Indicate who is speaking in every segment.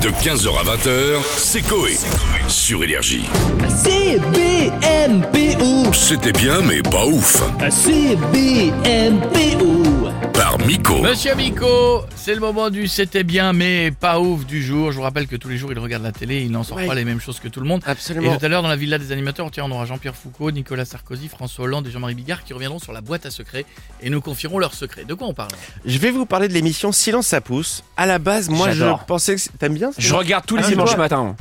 Speaker 1: De 15h à 20h, c'est Coé. Sur Énergie.
Speaker 2: CBMPO
Speaker 1: C'était bien, mais pas ouf.
Speaker 2: CBMPO
Speaker 1: Par Miko.
Speaker 3: Monsieur Miko, c'est le moment du c'était bien mais pas ouf du jour. Je vous rappelle que tous les jours il regarde la télé, il n'en sort
Speaker 4: Ouais.
Speaker 3: pas les mêmes choses que tout le monde.
Speaker 4: Absolument.
Speaker 3: Et tout à l'heure dans la villa des animateurs, tiens, on aura Jean-Pierre Foucault, Nicolas Sarkozy, François Hollande et Jean-Marie Bigard qui reviendront sur la boîte à secrets et nous confieront leurs secrets. De quoi on parle
Speaker 4: Je vais vous parler de l'émission Silence ça pousse. À la base, moi, je
Speaker 5: J'adore.
Speaker 4: pensais que c'est- t'aimes bien. ça
Speaker 5: Je regarde tous les
Speaker 4: Ah,
Speaker 5: dimanches
Speaker 4: toi.
Speaker 5: matin.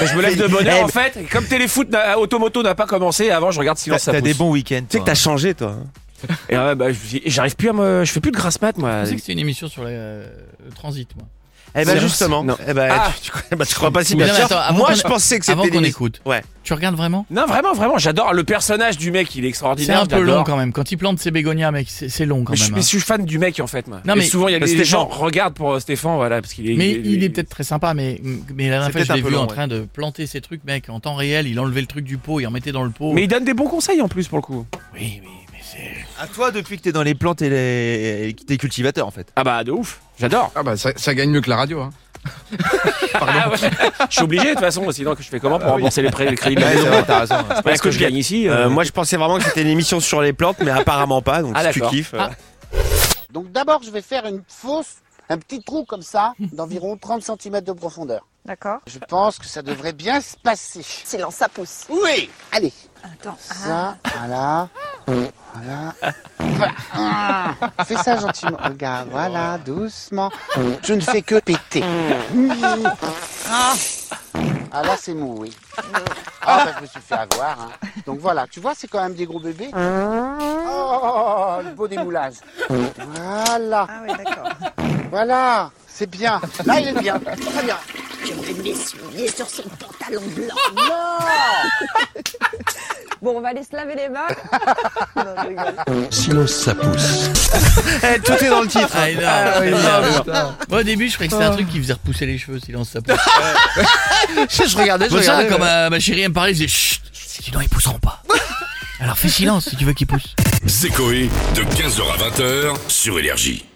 Speaker 5: je me lève de bonne heure en fait. Comme téléfoot na- automoto n'a pas commencé, avant je regarde
Speaker 6: T'as
Speaker 5: silence ça
Speaker 6: t'as des
Speaker 5: pousse.
Speaker 6: bons week-ends.
Speaker 4: Tu sais que t'as changé, toi. hein.
Speaker 5: Et ouais, bah, je- j'arrive plus à me, je fais plus de grasse mat moi.
Speaker 3: Je sais que c'est une émission sur les, euh, le transit, moi.
Speaker 4: Eh ben
Speaker 5: Silence.
Speaker 4: justement.
Speaker 5: Non.
Speaker 4: Eh ben,
Speaker 5: Ah.
Speaker 4: tu, tu- bah, tu crois pas si
Speaker 3: Oui,
Speaker 4: bien
Speaker 3: non, mais
Speaker 4: sûr.
Speaker 3: attends, avant
Speaker 4: moi,
Speaker 3: qu'on-
Speaker 4: je pensais que
Speaker 3: Avant
Speaker 4: c'était
Speaker 3: qu'on
Speaker 4: l'émission-
Speaker 3: écoute.
Speaker 4: Ouais.
Speaker 3: Tu regardes vraiment
Speaker 5: Non vraiment vraiment, j'adore le personnage du mec, il est
Speaker 3: C'est
Speaker 5: extraordinaire.
Speaker 3: un peu
Speaker 5: j'adore.
Speaker 3: long quand même. Quand il plante ses bégonias, mec, c'est c'est long quand
Speaker 5: Mais je,
Speaker 3: même.
Speaker 5: mais
Speaker 3: hein.
Speaker 5: je suis fan du mec en fait moi.
Speaker 3: Non,
Speaker 5: Et
Speaker 3: mais-
Speaker 5: souvent il y a
Speaker 4: Parce
Speaker 5: des
Speaker 4: que
Speaker 5: gens regardent pour euh, Stéphane voilà parce qu'il est.
Speaker 3: Mais il est peut-être très sympa, mais, mais la dernière fois,
Speaker 4: peut-être
Speaker 3: je l'ai
Speaker 4: un peu
Speaker 3: vu
Speaker 4: long,
Speaker 3: en
Speaker 4: ouais.
Speaker 3: train de planter ses trucs, mec, en temps réel. Il enlevait le truc du pot, il en mettait dans le pot.
Speaker 5: Mais il donne des bons conseils en plus pour le coup.
Speaker 3: Oui, oui, mais c'est.
Speaker 6: À toi, depuis que t'es dans les plantes et les... et que t'es cultivateur, en fait.
Speaker 5: Ah bah de ouf, j'adore.
Speaker 7: Ah bah ça, ça gagne mieux que la radio. Hein.
Speaker 5: Ah ouais. Je suis obligé de toute façon, sinon que je fais comment pour rembourser les prêts, les crédits de la
Speaker 6: Ouais,
Speaker 5: maison
Speaker 6: c'est vrai, t'as raison.
Speaker 5: Est-ce que je gagne ici
Speaker 4: Bah, Euh,
Speaker 5: euh,
Speaker 4: moi, je pensais vraiment que c'était une émission sur les plantes, mais apparemment pas. Donc,
Speaker 5: Ah,
Speaker 4: si tu
Speaker 5: d'accord.
Speaker 4: kiffes. euh,
Speaker 3: Ah.
Speaker 8: Donc d'abord, je vais faire une fosse, un petit trou comme ça, d'environ 30 cm de profondeur.
Speaker 9: D'accord.
Speaker 8: Je pense que ça devrait bien se passer.
Speaker 9: Silence, ça pousse.
Speaker 8: Oui Allez,
Speaker 9: Attends.
Speaker 8: ça, voilà, voilà, voilà. Ah, Fais ça gentiment, regarde, voilà, doucement. Je ne fais que péter. Ah là, c'est mou, oui. Ah bah, je me suis fait avoir. hein. Donc voilà, tu vois, c'est quand même des gros bébés. Ah. Oh, le beau démoulage. Voilà.
Speaker 9: Ah oui, d'accord.
Speaker 8: Voilà, c'est bien. Là, il est bien. Très bien.
Speaker 9: Je vais m'essuyer sur son pantalon blanc.
Speaker 8: Non
Speaker 9: Bon, on va aller se laver les mains. non, je rigole.
Speaker 1: Silence, ça pousse.
Speaker 4: eh, tout est dans le titre.
Speaker 3: Ah, énorme, énorme. Moi, au début, je croyais que c'était un truc qui faisait repousser les cheveux, silence, ça pousse.
Speaker 4: je, je regardais, je
Speaker 3: Comme ça,
Speaker 4: regardais.
Speaker 3: quand
Speaker 4: mais-
Speaker 3: ma, ma chérie, elle me parlait, je disais chut, sinon ils pousseront pas. Alors fais silence si tu veux qu'ils poussent.
Speaker 1: C'est Coé. De 15h à 20h, sur Énergie.